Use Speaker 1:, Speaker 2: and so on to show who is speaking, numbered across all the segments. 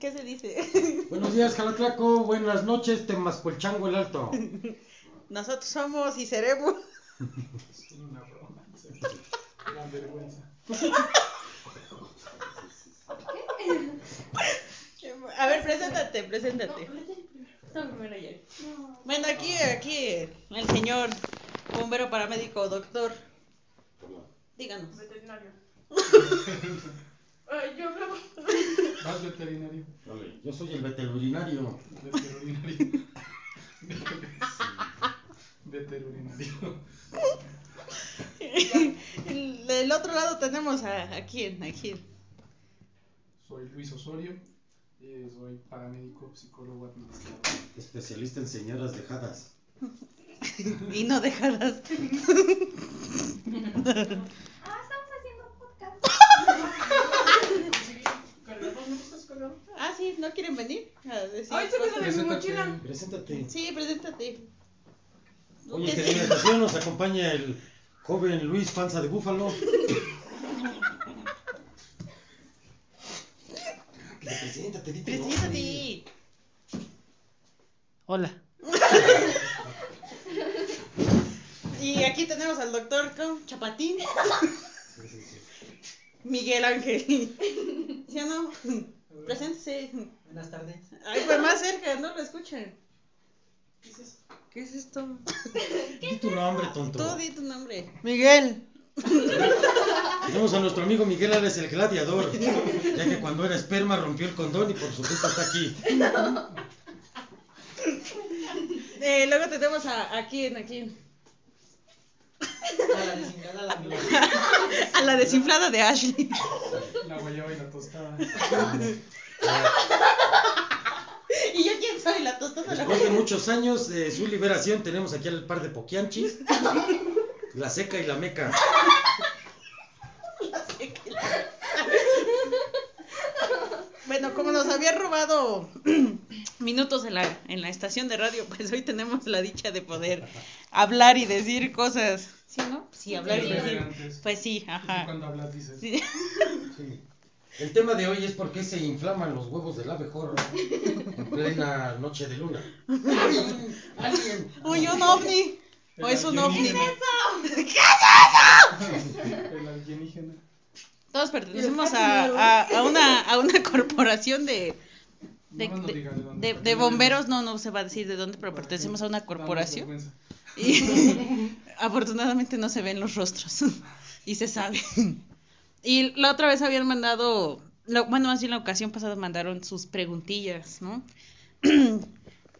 Speaker 1: ¿Qué se dice?
Speaker 2: Buenos días, Jalaclaco. Buenas noches, Temascolchango el Alto.
Speaker 1: Nosotros somos y seremos.
Speaker 3: Es una broma, en serio. Una vergüenza.
Speaker 1: A ver, preséntate, preséntate.
Speaker 4: No, primero yo.
Speaker 1: Bueno, aquí, aquí, el señor bombero paramédico, doctor. Díganos.
Speaker 4: Veterinario. Ay, yo hablaba.
Speaker 3: Vas veterinario.
Speaker 2: Yo soy el veterinario.
Speaker 3: Veterinario. Veterinario.
Speaker 1: El- Del otro lado tenemos a, a quién, a quién.
Speaker 3: Soy Luis Osorio. eh, soy paramédico, psicólogo, administrador.
Speaker 2: Especialista en señoras dejadas.
Speaker 1: Y no dejadas.
Speaker 5: Ah, estamos haciendo podcast.
Speaker 1: Ah, sí, ¿no quieren venir? A decir
Speaker 4: Ay, se me
Speaker 1: cosas.
Speaker 4: sale mi
Speaker 3: Preséntate.
Speaker 4: mochila.
Speaker 2: Preséntate.
Speaker 1: Sí, preséntate.
Speaker 2: Oye,
Speaker 1: ¿Qué
Speaker 2: que
Speaker 1: sí?
Speaker 2: en ocasión nos acompaña el joven Luis Panza de Búfalo. Preséntate, di tu nombre.
Speaker 1: Preséntate. Hola. y aquí tenemos al doctor ¿cómo? Chapatín. Miguel Ángel. ¿Sí o no? Preséntese.
Speaker 6: Buenas tardes.
Speaker 1: Ay, pues más cerca, no lo escuchan. ¿Qué es esto?
Speaker 2: Di tu nombre, tonto.
Speaker 1: Tú di tu nombre.
Speaker 6: Miguel.
Speaker 2: Tenemos a nuestro amigo Miguel Álvarez el gladiador, ya que cuando era esperma rompió el condón y por supuesto está aquí.
Speaker 1: Eh, luego tenemos a, a quién, a quién.
Speaker 6: A la desingada la mía.
Speaker 1: A la desinflada de Ashley.
Speaker 3: La guayaba y la tostada.
Speaker 1: ¿Y yo quién soy? La tostada la
Speaker 2: Después de muchos años de su liberación tenemos aquí al par de poquianchis, la seca y la meca.
Speaker 1: Bueno, como nos había robado minutos en la, en la estación de radio, pues hoy tenemos la dicha de poder hablar y decir cosas. ¿Sí, no? Sí, hablar y
Speaker 3: Siempre
Speaker 1: decir.
Speaker 3: antes.
Speaker 1: Pues sí,
Speaker 3: Y
Speaker 1: ajá.
Speaker 3: Cuando hablas dices.
Speaker 1: Sí.
Speaker 2: El tema de hoy es por qué se inflaman los huevos del abejorro en plena noche de luna. ¡Alguien! ¡Alguien!
Speaker 1: Uy, un ovni.
Speaker 3: El
Speaker 1: O es un ovni.
Speaker 3: alienígena. El alienígena.
Speaker 1: Todos pertenecemos a, a, a una, a una corporación de, de,
Speaker 3: Nomás no
Speaker 1: de-
Speaker 3: digas dónde,
Speaker 1: de-
Speaker 3: para
Speaker 1: de
Speaker 3: que no
Speaker 1: bomberos.
Speaker 3: digas.
Speaker 1: No, no se va a decir de dónde, pero
Speaker 3: Para que
Speaker 1: pertenecemos a una
Speaker 3: damos
Speaker 1: corporación.
Speaker 3: vergüenza.
Speaker 1: Y afortunadamente no se ven los rostros. y se sabe. y la otra vez habían mandado. lo- bueno, más bien la ocasión pasada mandaron sus preguntillas, ¿no?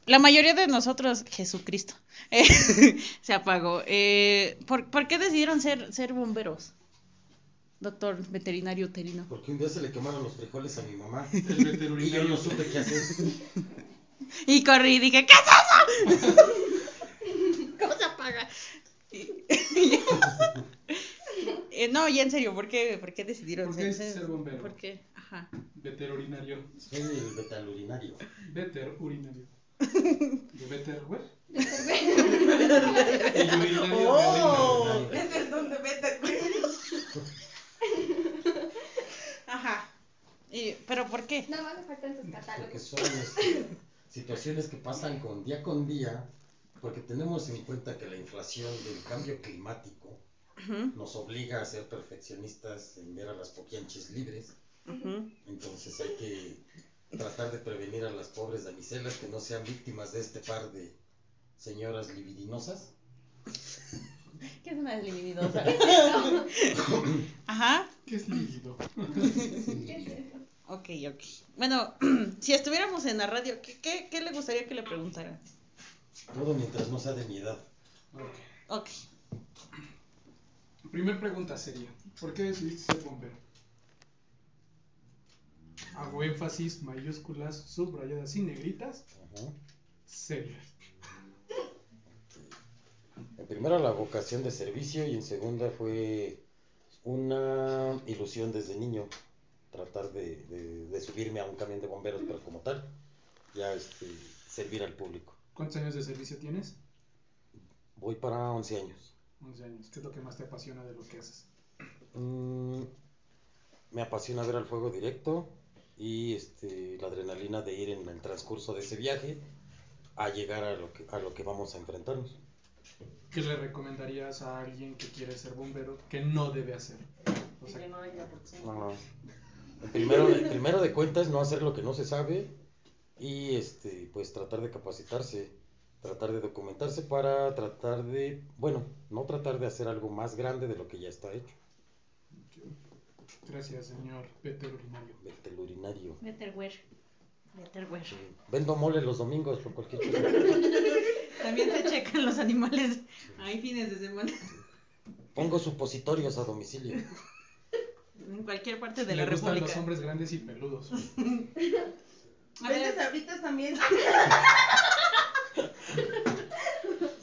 Speaker 1: la mayoría de nosotros, Jesucristo, eh, se apagó. Eh, ¿por, por qué decidieron ser, ser bomberos? Doctor veterinario uterino.
Speaker 2: Porque un día se le quemaron los frijoles a mi mamá
Speaker 3: El
Speaker 2: y yo no
Speaker 3: veterinario.
Speaker 2: supe qué hacer.
Speaker 1: Y corrí y dije, ¿qué es eso? ¿Cómo se apaga? Y- y- Eh, no, ya en serio, ¿por qué, por qué decidieron
Speaker 3: ¿Por qué ser bombero?
Speaker 1: ¿Por qué? Ajá.
Speaker 3: Veterinario.
Speaker 2: Soy el betalurinario.
Speaker 3: Veter urinario. ¿De veter where? Y urinario.
Speaker 1: Oh.
Speaker 3: urinario.
Speaker 4: Ese "Este es donde vete, güey.
Speaker 1: Ajá. Y- ¿Pero por qué?
Speaker 5: Nada más le faltan sus
Speaker 2: Porque
Speaker 5: catálogos.
Speaker 2: son este, situaciones que pasan con día con día, porque tenemos en cuenta que la inflación del cambio climático nos obliga a ser perfeccionistas en ver a las poquianches libres, entonces hay que tratar de prevenir a las pobres damiselas que no sean víctimas de este par de señoras libidinosas.
Speaker 1: ¿Qué es una deslimidosa? Ajá.
Speaker 3: ¿Qué es líquido?
Speaker 1: Ok, ok. Bueno, si estuviéramos en la radio, ¿qué, qué, qué le gustaría que le preguntaran?
Speaker 2: Todo mientras no sea de mi edad.
Speaker 3: Ok.
Speaker 1: Ok.
Speaker 3: Primer pregunta sería, ¿por qué decidiste ser bombero? Hago énfasis, mayúsculas, subrayadas y negritas, serias.
Speaker 2: En primera la vocación de servicio y en segunda fue una ilusión desde niño tratar de, de- de subirme a un camión de bomberos, pero como tal, ya este, servir al público.
Speaker 3: ¿Cuántos años de servicio tienes?
Speaker 2: Voy para 11 años.
Speaker 3: 11 años. ¿Qué es lo que más te apasiona de lo que haces?
Speaker 2: Mm, me apasiona ver al fuego directo, y este, la adrenalina de ir en el transcurso de ese viaje a llegar a lo que, a lo que vamos a enfrentarnos.
Speaker 3: ¿Qué le recomendarías a alguien que quiere ser bombero que no debe hacer? O
Speaker 4: Y que
Speaker 3: sea,
Speaker 4: no haya porque-
Speaker 2: No, no. El primero, el primero de cuenta es no hacer lo que no se sabe y este, pues tratar de capacitarse, tratar de documentarse para tratar de, bueno, no tratar de hacer algo más grande de lo que ya está hecho.
Speaker 3: gracias, señor veterinario.
Speaker 2: Veterinario.
Speaker 1: Betterware. Betterware.
Speaker 2: Vendo mole los domingos por cualquier cosa.
Speaker 1: También se checan los animales. Hay fines de semana.
Speaker 2: Pongo supositorios a domicilio.
Speaker 1: En cualquier parte de
Speaker 3: Le
Speaker 1: la
Speaker 3: gustan
Speaker 1: República.
Speaker 3: los hombres grandes y peludos.
Speaker 1: A ver,
Speaker 4: Vendes ahorita también.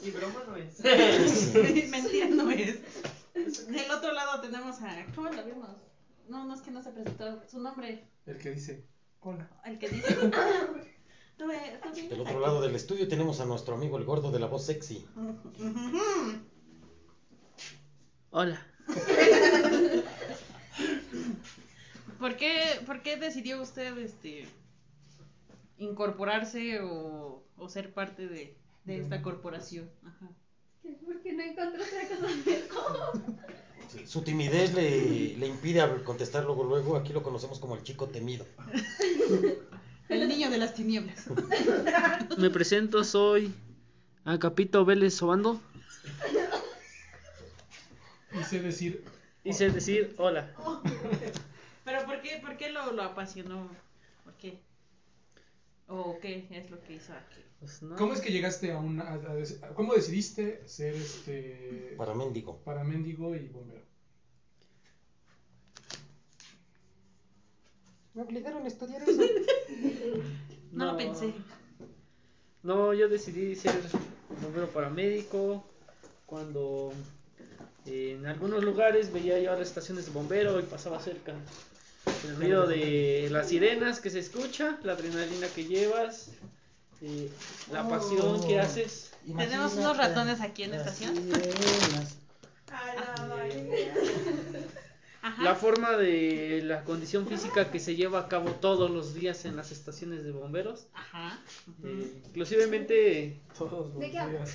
Speaker 6: Y broma no es.
Speaker 1: Mentira no es. Del otro lado tenemos a. ¿Cómo lo vimos? No, no es que no se presentó. Su nombre,
Speaker 3: El que dice, hola.
Speaker 1: el que dice. Tú, eh, tú vienes
Speaker 2: Del otro
Speaker 1: aquí.
Speaker 2: lado del estudio tenemos a nuestro amigo el gordo de la voz sexy.
Speaker 1: Hola. ¿Por qué, por qué decidió usted este incorporarse o, o ser parte de, de esta corporación? Ajá.
Speaker 5: Porque no encontré otra cosa mejor.
Speaker 2: Su timidez le, le impide hab- contestar luego, luego. Aquí lo conocemos como el chico temido.
Speaker 1: El niño de las tinieblas.
Speaker 7: Me presento, soy Acapito Vélez Sobando.
Speaker 3: Y sé decir,
Speaker 7: Hice decir hola.
Speaker 1: Pero ¿por qué, por qué lo, lo apasionó? ¿Por qué? ¿O qué es lo que hizo aquí?
Speaker 7: Pues, no.
Speaker 3: ¿cómo es que llegaste a una... a- a- ¿Cómo decidiste ser este...
Speaker 2: Para mendigo.
Speaker 3: paraméndigo y bombero?
Speaker 2: Me obligaron a estudiar eso.
Speaker 1: No, lo pensé.
Speaker 7: No, yo decidí ser bombero paramédico cuando eh, en algunos lugares veía yo las estaciones de bombero y pasaba cerca. El ruido de las sirenas que se escucha, la adrenalina que llevas, eh, la pasión
Speaker 3: Oh.
Speaker 7: que haces.
Speaker 1: Tenemos unos ratones aquí en la estación.
Speaker 4: A
Speaker 6: Ah,
Speaker 4: la vaina.
Speaker 1: Ajá.
Speaker 7: La forma de la condición física que se lleva a cabo todos los días en las estaciones de bomberos.
Speaker 1: Ajá.
Speaker 7: Eh, inclusivemente
Speaker 3: Todos
Speaker 5: ¿De qué hablas?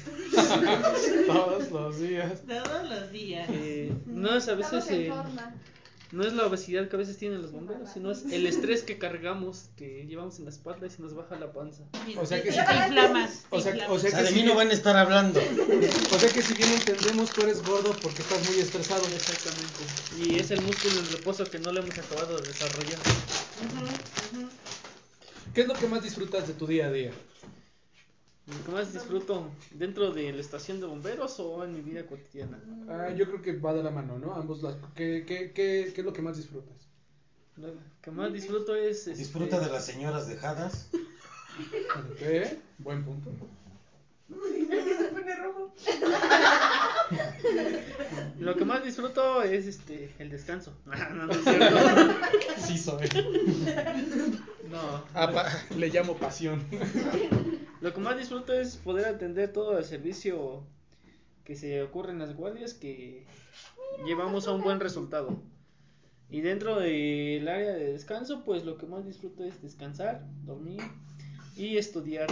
Speaker 3: Todos los días.
Speaker 1: Todos los días.
Speaker 7: eh, no es a veces
Speaker 5: Estamos en
Speaker 7: eh,
Speaker 5: forma.
Speaker 7: no es la obesidad que a veces tienen los bomberos, sino es el estrés que cargamos, que llevamos en la espalda y se nos baja la panza.
Speaker 3: O sea que
Speaker 1: te,
Speaker 3: sí.
Speaker 1: te inflamas. te
Speaker 3: O sea, o
Speaker 1: inflamas.
Speaker 3: sea
Speaker 2: O sea,
Speaker 3: que
Speaker 2: de
Speaker 3: si
Speaker 2: mí no
Speaker 3: bien,
Speaker 2: van a estar hablando.
Speaker 3: o sea que si bien entendemos, tú eres gordo porque estás muy estresado.
Speaker 7: Exactamente. Y es el músculo en reposo que no lo hemos acabado de desarrollar.
Speaker 3: ¿Qué es lo que más disfrutas de tu día a día?
Speaker 7: Lo que más disfruto dentro de la estación de bomberos o en mi vida cotidiana.
Speaker 3: Ah, yo creo que va de la mano, ¿no? Ambos las... ¿Qué, qué, qué, qué es lo que más disfrutas?
Speaker 7: Lo que más disfruto es este,
Speaker 2: Disfruta de las señoras dejadas.
Speaker 3: Ok, Buen punto.
Speaker 4: Se pone rojo.
Speaker 7: Lo que más disfruto es este el descanso. No, no, no es cierto.
Speaker 3: Sí soy.
Speaker 7: No.
Speaker 3: le llamo pasión.
Speaker 7: Lo que más disfruto es poder atender todo el servicio que se ocurre en las guardias que llevamos a un buen resultado. Y dentro del área de descanso, pues lo que más disfruto es descansar, dormir y estudiar.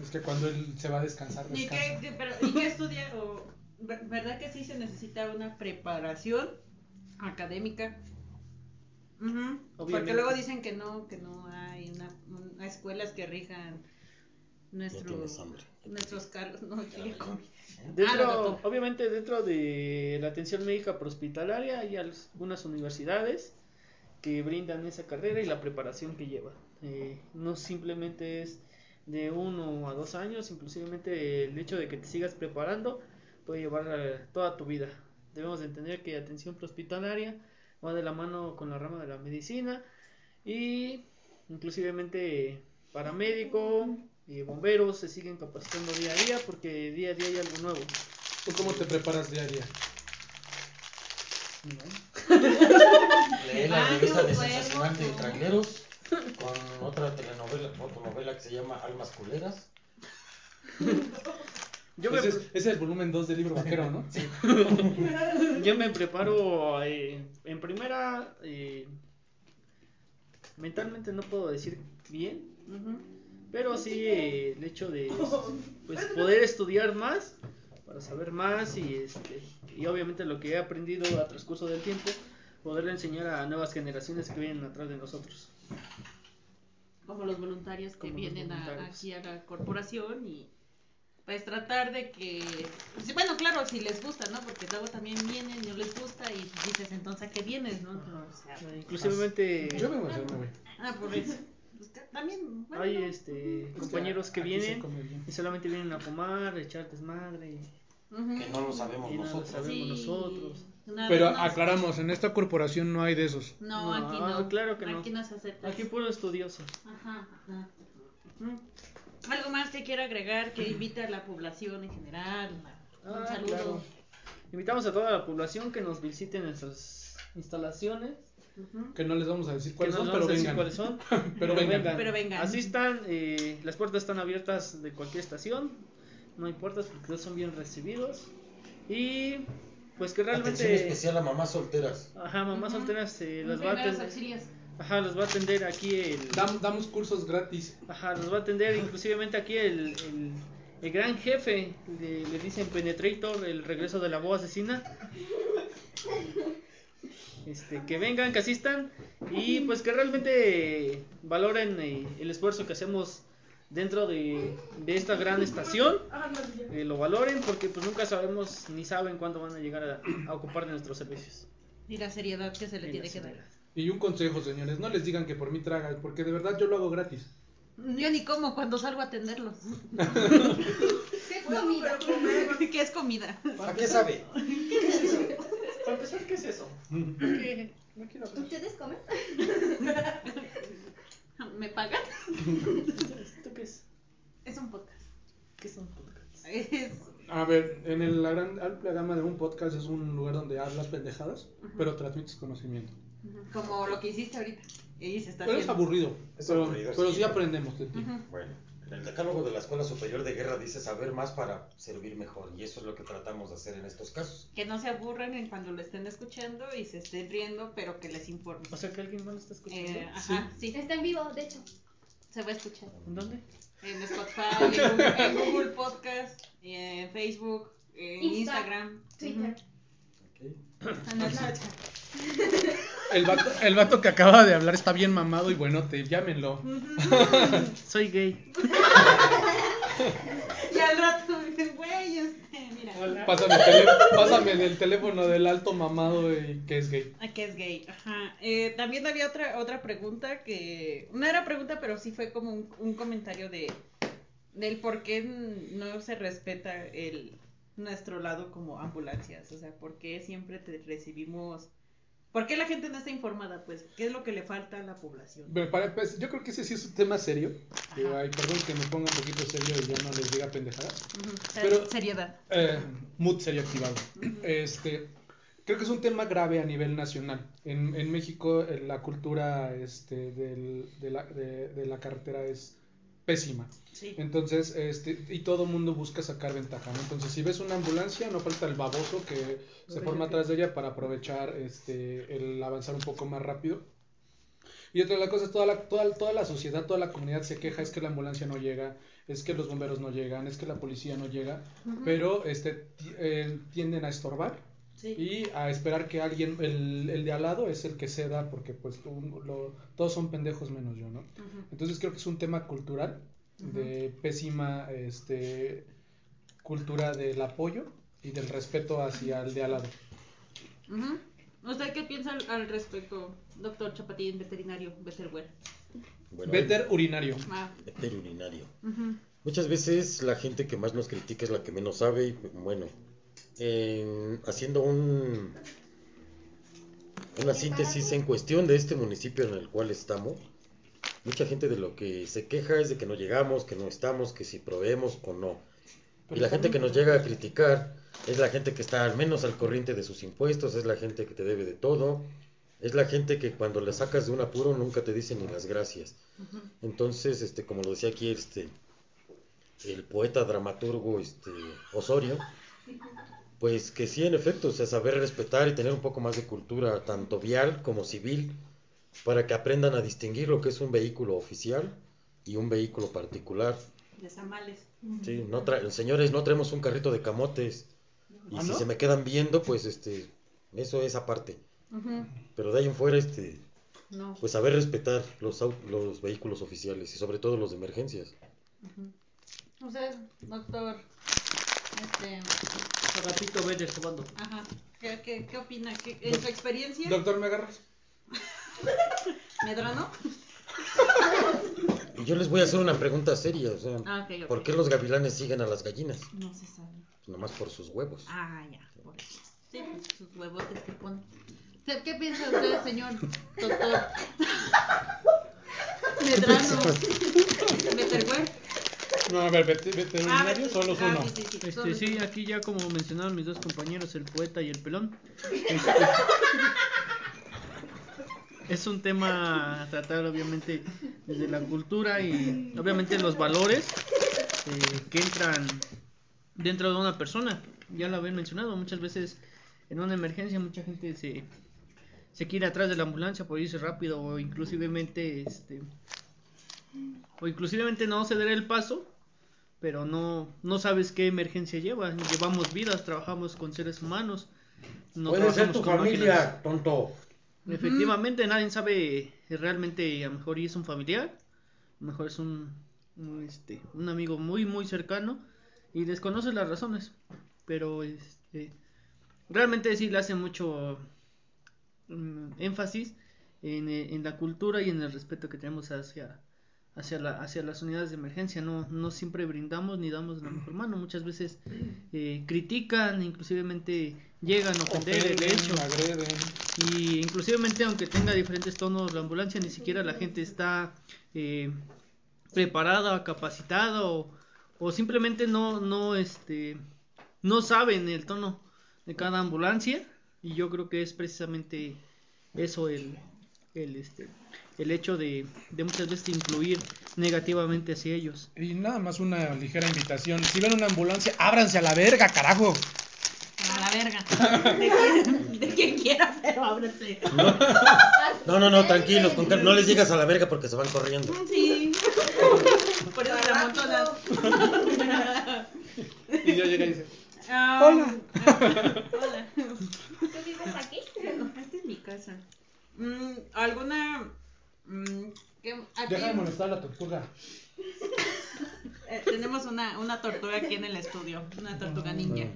Speaker 3: Es que cuando él se va a descansar,
Speaker 1: ¿Y qué,
Speaker 3: descansa.
Speaker 1: qué- pero, ¿Y qué estudia? O, ver- ¿Verdad que sí se necesita una preparación académica? Ujú, Porque
Speaker 7: Obviamente.
Speaker 1: luego dicen que no, que no hay una, un- hay escuelas que rijan
Speaker 2: Ya
Speaker 1: nuestro,
Speaker 2: tienes hambre.
Speaker 1: nuestros cargos. No, yo ya comí.
Speaker 7: Dentro,
Speaker 1: Ah, no, doctor.
Speaker 7: obviamente dentro de la atención médica prehospitalaria hay algunas universidades que brindan esa carrera y la preparación que lleva. Eh, no simplemente es de uno a dos años, inclusivemente el hecho de que te sigas preparando puede llevar eh, toda tu vida. Debemos de entender que atención prehospitalaria va de la mano con la rama de la medicina y inclusivemente paramédico y bomberos se siguen capacitando día a día porque día a día hay algo nuevo.
Speaker 3: ¿Tú cómo te preparas día a día?
Speaker 2: Lee la
Speaker 1: Ah,
Speaker 2: revista
Speaker 1: no,
Speaker 2: de
Speaker 1: huevo,
Speaker 2: sensacional de
Speaker 1: no.
Speaker 2: traileros con otra telenovela, fotonovela que se llama Almas Culeras.
Speaker 7: Yo
Speaker 3: Ese
Speaker 7: me,
Speaker 3: Pues es, ese es el volumen 2 del libro vaquero, ¿no?
Speaker 7: yo me preparo eh, en primera eh, Mentalmente no puedo decir bien, pero sí eh, el hecho de pues poder estudiar más para saber más y este y obviamente lo que he aprendido a transcurso del tiempo poderlo enseñar a nuevas generaciones que vienen atrás de nosotros.
Speaker 1: como los voluntarios que
Speaker 7: Como los
Speaker 1: vienen a-
Speaker 7: voluntarios.
Speaker 1: aquí a la corporación y pues tratar de que pues, bueno claro si les gusta no porque luego también vienen no les gusta y pues, dices entonces a qué vienes no o sea,
Speaker 7: Inclusivemente
Speaker 3: Yo vengo a hacerme, güey.
Speaker 1: ah por eso Pues, ta- también bueno,
Speaker 7: hay
Speaker 1: no.
Speaker 7: este compañeros que
Speaker 3: Aquí se
Speaker 7: vienen
Speaker 3: come bien.
Speaker 7: y solamente vienen a fumar, a echar desmadre y,
Speaker 1: Ujú.
Speaker 2: Que no lo sabemos
Speaker 7: y no lo
Speaker 2: nosotros.
Speaker 7: sabemos
Speaker 1: Sí.
Speaker 7: nosotros.
Speaker 1: Nada
Speaker 8: Pero
Speaker 1: más.
Speaker 8: aclaramos, en esta corporación no hay de esos.
Speaker 1: no,
Speaker 7: No, ah,
Speaker 1: aquí no
Speaker 7: claro que no.
Speaker 1: aquí no se acepta
Speaker 7: Aquí puro estudioso.
Speaker 1: Ajá, ajá. Ujú. Algo más que quiero agregar que invita a la población en general. Un
Speaker 7: Ah,
Speaker 1: saludo.
Speaker 7: claro. Invitamos a toda la población que nos visite en nuestras instalaciones.
Speaker 1: Ujú.
Speaker 3: Que no les vamos a decir cuáles
Speaker 7: que
Speaker 3: son,
Speaker 7: nos
Speaker 3: pero
Speaker 7: vamos a decir
Speaker 3: vengan.
Speaker 7: cuáles son,
Speaker 3: Pero vengan.
Speaker 1: Pero vengan.
Speaker 7: Así están, eh, las puertas están abiertas de cualquier estación. No hay puertas porque todos son bien recibidos. Y pues que
Speaker 2: Atención
Speaker 7: realmente...
Speaker 2: especial a mamás solteras.
Speaker 7: Ajá, mamás
Speaker 1: Ujú.
Speaker 7: solteras eh, las va a
Speaker 1: Primeros
Speaker 7: atender.
Speaker 1: auxilios.
Speaker 7: Ajá, los va a atender aquí el...
Speaker 3: Dam- damos cursos gratis.
Speaker 7: Ajá, los va a atender inclusivemente aquí el, el, el gran jefe, le, le dicen Penetrator, el regreso de la boa asesina. Este, que vengan, que asistan y pues que realmente valoren eh, el esfuerzo que hacemos dentro de, de esta gran estación,
Speaker 4: Ah, no, sí, ya.
Speaker 7: eh, lo valoren porque pues nunca sabemos ni saben cuándo van a llegar a, a ocupar de nuestros servicios.
Speaker 1: Y la seriedad que se le
Speaker 7: Y
Speaker 1: tiene
Speaker 7: las
Speaker 1: que dar.
Speaker 7: ideas.
Speaker 3: Y un consejo, señores, no les digan que por mí tragan, porque de verdad yo lo hago gratis.
Speaker 1: Yo ni como cuando salgo a atenderlos.
Speaker 5: ¿Qué es
Speaker 4: No,
Speaker 5: comida?
Speaker 4: pero comer.
Speaker 1: ¿Qué es comida?
Speaker 2: ¿A qué sabe?
Speaker 9: Para empezar, ¿qué es eso?
Speaker 7: No quiero hablar.
Speaker 5: ¿Ustedes comen?
Speaker 1: ¿Me pagan?
Speaker 7: ¿Esto qué es?
Speaker 1: Es un podcast.
Speaker 7: ¿Qué son podcasts?
Speaker 1: Es...
Speaker 3: A ver, en el- la gran amplia gama de un podcast es un lugar donde hablas pendejadas, pero transmites conocimiento.
Speaker 1: Como lo que hiciste ahorita. Y se está
Speaker 3: Pero es
Speaker 1: haciendo.
Speaker 3: aburrido,
Speaker 2: Es
Speaker 3: pero,
Speaker 2: aburrido,
Speaker 3: pero
Speaker 2: sí.
Speaker 3: sí aprendemos de ti.
Speaker 1: Ujú.
Speaker 2: Bueno, en el decálogo de la Escuela Superior de Guerra dice saber más para servir mejor. Y eso es lo que tratamos de hacer en estos casos.
Speaker 1: Que no se aburran en cuando lo estén escuchando y se estén riendo, pero que les informe.
Speaker 7: O sea que alguien más lo está escuchando.
Speaker 1: Eh, ajá, sí.
Speaker 5: Está en vivo, de hecho.
Speaker 1: se va a escuchar.
Speaker 7: ¿En dónde?
Speaker 1: En Spotify, en Google, en Google Podcast, en Facebook, en
Speaker 5: Insta,
Speaker 1: Instagram,
Speaker 5: Twitter.
Speaker 2: ¿ok?
Speaker 1: Ujú. En Snapchat.
Speaker 8: El vato, el vato que acaba de hablar está bien mamado y buenote, llámenlo.
Speaker 7: Soy gay.
Speaker 1: Y al rato, güey, este, mira.
Speaker 3: Pásame, tele- pásame del teléfono del alto mamado
Speaker 8: eh,
Speaker 3: y que es gay.
Speaker 1: Ah, que es gay. Ajá. Eh, también había otra, otra pregunta que. No era pregunta, pero sí fue como un, un comentario de. Del por qué no se respeta el nuestro lado como ambulancias. O sea, por qué siempre te recibimos. ¿Por qué la gente no está informada? Pues, ¿qué es lo que le falta a la población?
Speaker 3: Me pare- pues, yo creo que ese sí es un tema serio. Digo,
Speaker 1: Ajá.
Speaker 3: ay, perdón que me ponga un poquito serio y ya no les diga pendejadas.
Speaker 1: Ujú.
Speaker 3: Pero-
Speaker 1: Seriedad.
Speaker 3: Eh, mood sería activado. Este, creo que es un tema grave a nivel nacional. En, en México eh, la cultura este, del- de, la, de- de la carretera es pésima.
Speaker 1: Sí.
Speaker 3: Entonces, este, y todo mundo busca sacar ventaja, ¿no? Entonces, si ves una ambulancia, no falta el baboso que se forma atrás de ella para aprovechar este, el avanzar un poco más rápido. Y otra de las cosas, toda la, toda, toda la sociedad, toda la comunidad se queja, es que la ambulancia no llega, es que los bomberos no llegan, es que la policía no llega, pero este, ti- eh, tienden a estorbar
Speaker 1: Sí.
Speaker 3: y a esperar que alguien, el, el de al lado es el que ceda, porque pues un- lo- todos son pendejos menos yo, ¿no?
Speaker 1: Ujú.
Speaker 3: Entonces creo que es un tema cultural, de pésima este, cultura del apoyo y del respeto hacia el de al lado.
Speaker 1: Ujú. ¿Usted qué piensa al, al respecto, doctor Chapatín, veterinario, Betterware?
Speaker 2: Bueno,
Speaker 3: Veter urinario.
Speaker 1: Ah,
Speaker 2: veterinario.
Speaker 1: ujú.
Speaker 2: Muchas veces la gente que más nos critica es la que menos sabe y bueno, en- haciendo un, una síntesis en cuestión de este municipio en el cual estamos, mucha gente de lo que se queja es de que no llegamos, que no estamos, que si proveemos o no. Y la gente que nos llega a criticar es la gente que está al menos al corriente de sus impuestos, es la gente que te debe de todo, es la gente que cuando la sacas de un apuro nunca te dice ni las gracias. Entonces, este, como lo decía aquí este, el poeta dramaturgo este, Osorio, pues que sí, en efecto, o sea, saber respetar y tener un poco más de cultura, tanto vial como civil, para que aprendan a distinguir lo que es un vehículo oficial y un vehículo particular.
Speaker 1: De tamales.
Speaker 2: Sí, no tra- señores, no traemos un carrito de camotes. Y
Speaker 7: ¿Ah,
Speaker 2: si
Speaker 7: no?
Speaker 2: se me quedan viendo, pues este, eso es aparte. Pero de ahí en fuera, este,
Speaker 1: No.
Speaker 2: pues saber respetar los, au- los vehículos oficiales y sobre todo los de emergencias.
Speaker 1: Usted, doctor, este,
Speaker 7: Ratito este Vélez jugando.
Speaker 1: ajá, ¿qué, qué, qué opina? ¿Qué, ¿En su experiencia?
Speaker 3: Doctor, ¿me agarras?
Speaker 1: ¿Medrano?
Speaker 2: Y yo les voy a hacer una pregunta seria, o sea,
Speaker 1: Ah, ok, ok.
Speaker 2: ¿por qué los gavilanes siguen a las gallinas?
Speaker 1: No se sabe.
Speaker 2: Pues nomás por sus huevos.
Speaker 1: Ah, ya, por eso. Sí, pues, sus huevotes que ponen. Se- ¿Qué piensa usted, señor doctor? Medrano. Betterware.
Speaker 3: No, a ver, vete- veterinario solo es
Speaker 1: ah,
Speaker 3: uno.
Speaker 1: sí, sí, sí,
Speaker 7: Este,
Speaker 1: solo-
Speaker 7: sí, aquí ya como mencionaron mis dos compañeros, el poeta y el pelón. este, es un tema a tratar obviamente desde la cultura y obviamente los valores eh, que entran dentro de una persona. Ya lo habían mencionado, muchas veces en una emergencia mucha gente se, se quiere atrás de la ambulancia por irse rápido o inclusivemente este o inclusivemente no ceder el paso pero no, no sabes qué emergencia llevas. Llevamos vidas, trabajamos con seres humanos. No trabajamos con máquinas.
Speaker 2: tonto.
Speaker 7: Efectivamente, nadie sabe realmente, a lo mejor y es un familiar, a lo mejor es un, un, este, un amigo muy, muy cercano y desconoce las razones. Pero este, realmente sí le hace mucho mm, énfasis en, eh, en la cultura y en el respeto que tenemos hacia, hacia, la, hacia las unidades de emergencia. No, no siempre brindamos ni damos la mejor mano. Muchas veces eh, critican, inclusivemente llegan a ofender el hecho.
Speaker 3: Ofenden, agreden.
Speaker 7: Y inclusivemente aunque tenga diferentes tonos la ambulancia, ni siquiera la gente está eh, preparada, capacitada o, o simplemente no, no, este, no saben el tono de cada ambulancia. Y yo creo que es precisamente eso el, el, este, el hecho de, de muchas veces influir negativamente hacia ellos.
Speaker 10: Y nada más una ligera invitación. Si ven una ambulancia, ábranse a la verga, carajo.
Speaker 11: A la verga. De quien, de quien quiera, pero ábrete.
Speaker 5: Ah,
Speaker 2: No, no, no, tranquilos, con calma. no les digas a la verga porque se van corriendo.
Speaker 11: Sí. Por eso se amontonan.
Speaker 3: Y ya llega y dice,
Speaker 11: Ah,
Speaker 10: Hola.
Speaker 11: ah, hola.
Speaker 5: ¿Tú vives aquí?
Speaker 1: Esta es mi casa. Mm, ¿Alguna. mm, qué- aquí-
Speaker 3: deja de molestar a la tortuga.
Speaker 1: Eh, tenemos una, una tortuga aquí en el estudio, una tortuga ninja.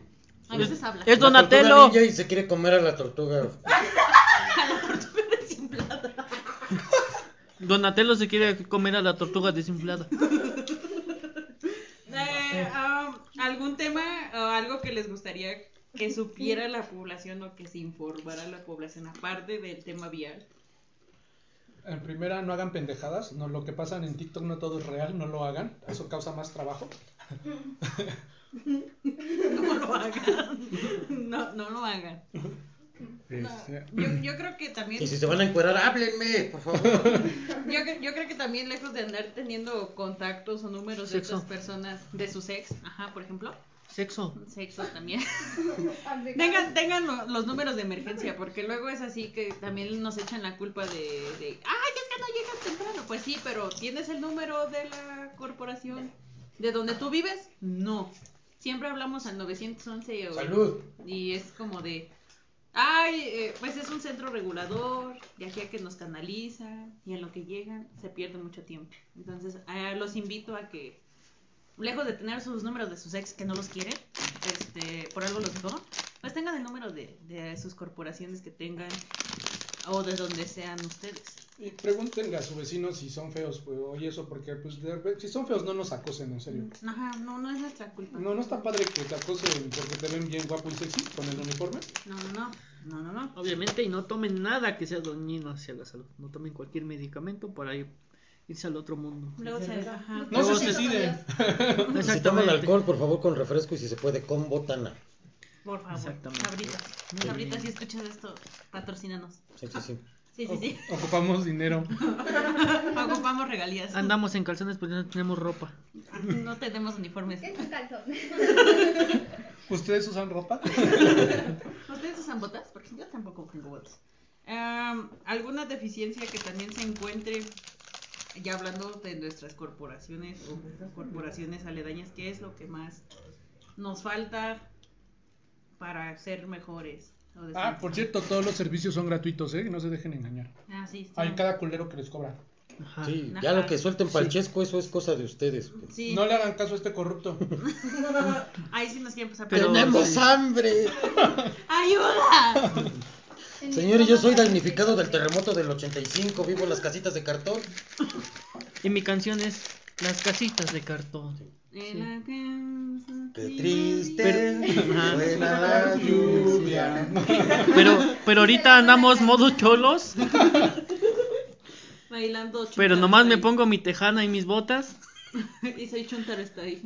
Speaker 1: A veces habla.
Speaker 7: Es
Speaker 2: La tortuga
Speaker 7: Donatello.
Speaker 2: ninja Y se quiere comer a la tortuga.
Speaker 7: Donatello se quiere comer a la tortuga desinflada.
Speaker 1: Eh, ah, ¿Algún tema o algo que les gustaría que supiera la población o que se informara la población aparte del tema vial?
Speaker 3: En primera, no hagan pendejadas. No, lo que pasan en TikTok no todo es real, no lo hagan. Eso causa más trabajo.
Speaker 1: No lo hagan. No, no lo hagan.
Speaker 10: Este,
Speaker 1: Yo, yo creo que también.
Speaker 2: Y si se van a encuerar, háblenme, por favor.
Speaker 1: Yo, cre- yo creo que también lejos de andar teniendo contactos o números de
Speaker 7: Sexo.
Speaker 1: otras personas de su sex, ajá, por ejemplo,
Speaker 7: Sexo.
Speaker 1: sexo también. tengan tengan lo- los números de emergencia, porque luego es así que también nos echan la culpa de, de, ay, es que no llegas temprano. Pues sí, pero ¿tienes el número de la corporación de donde tú vives? No. Siempre hablamos al 911 o-
Speaker 3: Salud.
Speaker 1: y es como de, ay, eh, pues es un centro regulador, de aquí a que nos canalizan, y en lo que llegan se pierde mucho tiempo. Entonces, ah, los invito a que, lejos de tener sus números de sus ex que no los quieren, este, por algo los dejó, pues tengan el número de, de sus corporaciones que tengan o de donde sean ustedes.
Speaker 3: Y pregúntenle a su vecino si son feos, pues, oye, eso, porque pues, de repente- si son feos, no nos acosen, en serio.
Speaker 1: Ajá, no, no es nuestra culpa.
Speaker 3: No, no está padre que te acosen porque te ven bien guapo y sexy con el uniforme.
Speaker 1: No, no, no, no, no, no.
Speaker 7: Obviamente, y no tomen nada que sea dañino hacia la salud. No tomen cualquier medicamento para ir- irse al otro mundo.
Speaker 1: Luego se,
Speaker 5: Ah,
Speaker 1: ajá.
Speaker 3: No
Speaker 7: Luego
Speaker 5: pues,
Speaker 3: se
Speaker 7: se-
Speaker 3: suiciden.
Speaker 2: pues, Si toman alcohol, por favor, con refresco y si se puede, con botana.
Speaker 1: Por favor,
Speaker 7: Exactamente.
Speaker 1: Sabrita.
Speaker 7: Muy
Speaker 1: Sabrita,
Speaker 7: bien.
Speaker 1: si escuchas esto, patrocínanos.
Speaker 2: Sí, sí, sí.
Speaker 1: Sí, sí, sí.
Speaker 10: ocupamos dinero.
Speaker 7: Oh.
Speaker 1: Ocupamos regalías.
Speaker 7: Andamos en calzones porque no tenemos ropa.
Speaker 1: No tenemos uniformes.
Speaker 5: ¿Qué es un calzón?
Speaker 10: ¿Ustedes usan ropa?
Speaker 1: ¿Ustedes usan botas? Porque yo tampoco tengo botas. Am, Em, ¿Alguna deficiencia que también se encuentre, ya hablando de nuestras corporaciones o corporaciones aledañas, qué es lo que más nos falta para ser mejores? o
Speaker 12: Ah,
Speaker 1: decentes?
Speaker 12: por cierto, todos los servicios son gratuitos, ¿eh? No se dejen engañar.
Speaker 1: Ah, sí, sí.
Speaker 3: Hay cada culero que les cobra.
Speaker 7: Ah,
Speaker 2: Sí,
Speaker 1: Ajá.
Speaker 2: ya lo que suelten para el chesco, eso es cosa de ustedes. pues.
Speaker 1: Sí,
Speaker 3: No le hagan caso a este corrupto.
Speaker 1: ahí sí nos quieren pasar.
Speaker 12: Pero-
Speaker 2: ¡Tenemos hambre!
Speaker 1: ¡Ayuda!
Speaker 2: Señores, yo soy damnificado del terremoto del 85, vivo en las casitas de cartón.
Speaker 7: Y mi canción es Las casitas de cartón.
Speaker 2: ¡Qué triste!
Speaker 7: Pero- Ajá.
Speaker 2: Fue la lluvia.
Speaker 7: Pero, pero ahorita andamos modo cholos.
Speaker 1: Bailando chuntar
Speaker 7: Pero nomás me
Speaker 1: style.
Speaker 7: pongo mi tejana y mis botas.
Speaker 1: y soy chuntar está ahí.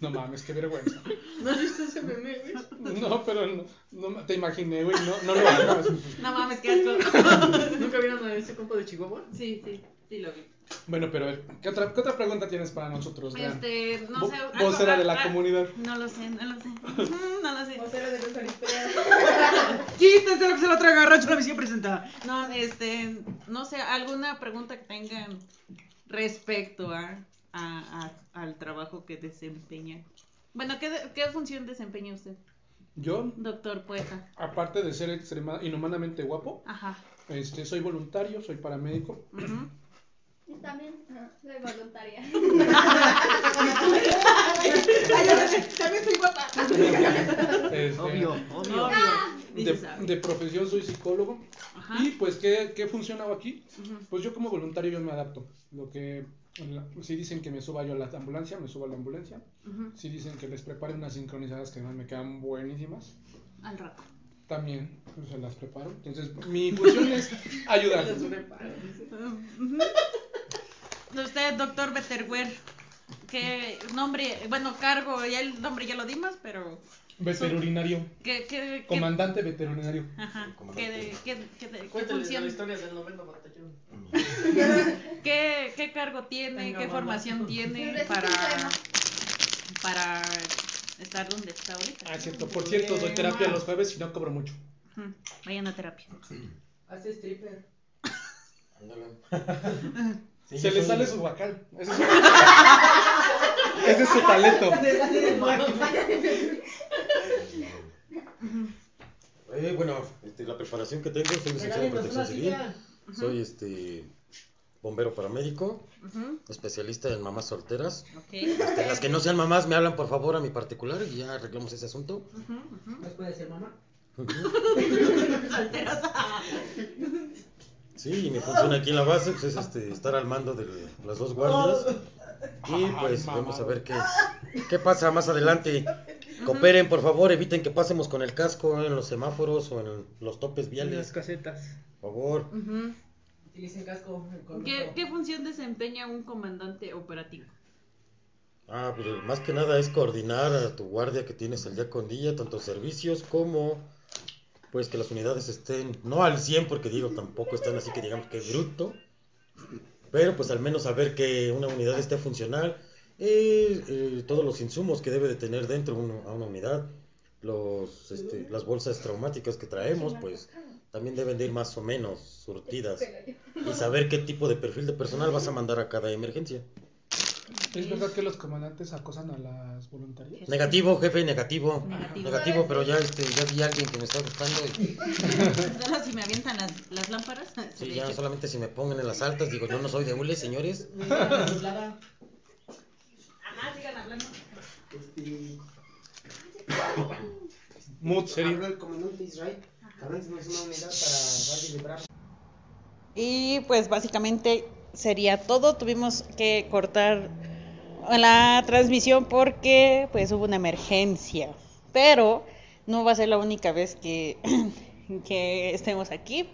Speaker 3: No mames, qué vergüenza.
Speaker 4: ¿No has visto ese meme, güey?
Speaker 3: No, pero no, no ma- te imaginé, güey. No, no lo hagas.
Speaker 1: No mames, qué asco.
Speaker 7: ¿Nunca vieron a ese compa de Chihuahua?
Speaker 1: Sí, sí, sí lo vi.
Speaker 3: Bueno, pero a ver, ¿qué otra, qué otra pregunta tienes para nosotros? Dan?
Speaker 1: Este, no
Speaker 3: Pues,
Speaker 1: sé.
Speaker 3: Vo-
Speaker 1: algo-
Speaker 3: Vos era de la
Speaker 1: ah,
Speaker 3: comunidad.
Speaker 1: No lo sé, no lo sé. Mm, No lo sé.
Speaker 4: O sea, era de los aristóteles.
Speaker 1: Quítense lo que se lo traga, Rancho la visión presenta. No, este, no sé, alguna pregunta que tengan respecto a, a- a- al trabajo que desempeña. Bueno, ¿qué, de- ¿qué función desempeña usted,
Speaker 3: Yo,
Speaker 1: doctor poeta?
Speaker 3: aparte de ser extrema, inhumanamente guapo,
Speaker 1: Ajá.
Speaker 3: este, soy voluntario, soy paramédico.
Speaker 1: ujú.
Speaker 5: Yo también soy voluntaria.
Speaker 4: También soy guapa.
Speaker 3: Este,
Speaker 7: Obvio, obvio.
Speaker 3: De,
Speaker 1: Dices, ah,
Speaker 3: de profesión soy psicólogo.
Speaker 1: Ajá.
Speaker 3: Y pues, ¿qué, qué función hago aquí?
Speaker 1: ujú.
Speaker 3: Pues yo como voluntario yo me adapto. Lo que la- si dicen que me suba yo a la ambulancia, me subo a la ambulancia.
Speaker 1: Ujú.
Speaker 3: Si dicen que les prepare unas sincronizadas que además me quedan buenísimas,
Speaker 1: Al rato.
Speaker 3: también pues, se las preparo. Entonces, mi función es ayudar.
Speaker 1: Usted, doctor Betterware, ¿qué nombre, bueno, cargo, ya el nombre ya lo dimos, pero
Speaker 3: Veterinario,
Speaker 1: ¿qué, qué, qué-
Speaker 3: comandante veterinario.
Speaker 1: Ajá, ¿qué, de- qué- qué de- qué
Speaker 6: Cuéntales la
Speaker 1: función,
Speaker 6: historia del noveno batallón.
Speaker 1: qué, qué cargo tiene,
Speaker 7: Venga,
Speaker 1: qué
Speaker 7: mamá.
Speaker 1: formación tiene
Speaker 5: Recita un
Speaker 1: para,
Speaker 5: poema.
Speaker 1: para estar donde está ahorita?
Speaker 3: Ah, cierto. Por cierto, doy terapia los jueves y no cobro mucho.
Speaker 1: Ujú, Vayan a terapia.
Speaker 4: Hace stripper.
Speaker 2: Sí,
Speaker 3: Se
Speaker 2: yo
Speaker 3: le
Speaker 2: soy-
Speaker 3: sale su guacal. Ese es su, Ese es su talento.
Speaker 2: Eh, bueno, este, la preparación que tengo, soy licenciado en protección civil. Soy este bombero paramédico,
Speaker 1: Ujú,
Speaker 2: especialista en mamás solteras.
Speaker 1: ok.
Speaker 2: Este, las que no sean mamás me hablan por favor a mi particular y ya arreglamos ese asunto.
Speaker 1: ujú, ujú.
Speaker 4: ¿Nos puede ser mamá?
Speaker 1: Solteros.
Speaker 2: Sí, y mi función aquí en la base pues, es este, estar al mando de las dos guardias. Y pues
Speaker 3: mamado.
Speaker 2: vamos a ver qué, qué pasa más adelante. Cooperen, por favor, eviten que pasemos con el casco en los semáforos o en los topes
Speaker 7: En las
Speaker 2: viales.
Speaker 7: casetas.
Speaker 2: Por favor.
Speaker 1: Ujú.
Speaker 4: Utilicen casco. con
Speaker 1: ¿Qué,
Speaker 4: rojo.
Speaker 1: ¿Qué función desempeña un comandante operativo?
Speaker 2: Ah, pero más que nada es coordinar a tu guardia que tienes el día con día, tanto servicios como pues que las unidades estén, no al 100 porque digo, tampoco están así que digamos que bruto, pero pues al menos saber que una unidad esté funcional, eh, eh, todos los insumos que debe de tener dentro uno- a una unidad, los, este, las bolsas traumáticas que traemos, pues también deben de ir más o menos surtidas y saber qué tipo de perfil de personal vas a mandar a cada emergencia.
Speaker 3: ¿Es verdad que los comandantes acosan a las voluntarias?
Speaker 2: Negativo, jefe, negativo.
Speaker 1: Negativo.
Speaker 2: Negativo, pero ya, este, ya vi a alguien que me está gustando. Y,
Speaker 1: Solo si me avientan las, las lámparas. se
Speaker 2: sí,
Speaker 1: le
Speaker 2: ya
Speaker 1: echa.
Speaker 2: solamente si me pongan en las altas, digo, yo no soy de hule, señores.
Speaker 1: Ajá, sigan hablando.
Speaker 4: Este,
Speaker 3: Mood
Speaker 4: habló el comandante Israel. También se nos una unidad para Valle de
Speaker 1: Y pues básicamente sería todo. Tuvimos que cortar la transmisión porque pues hubo una emergencia. Pero no va a ser la única vez que, que estemos aquí.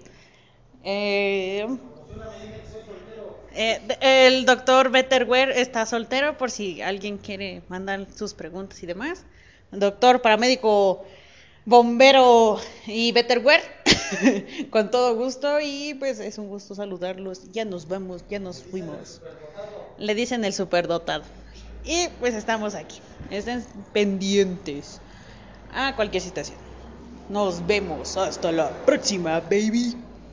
Speaker 1: Eh, eh, de- el doctor Betterware está soltero por si alguien quiere mandar sus preguntas y demás. Doctor paramédico bombero y Betterware, con todo gusto y pues es un gusto saludarlos. Ya nos vamos, ya nos fuimos. Le dicen el superdotado. Y pues estamos aquí. Estén pendientes a cualquier situación. Nos vemos hasta la próxima, baby.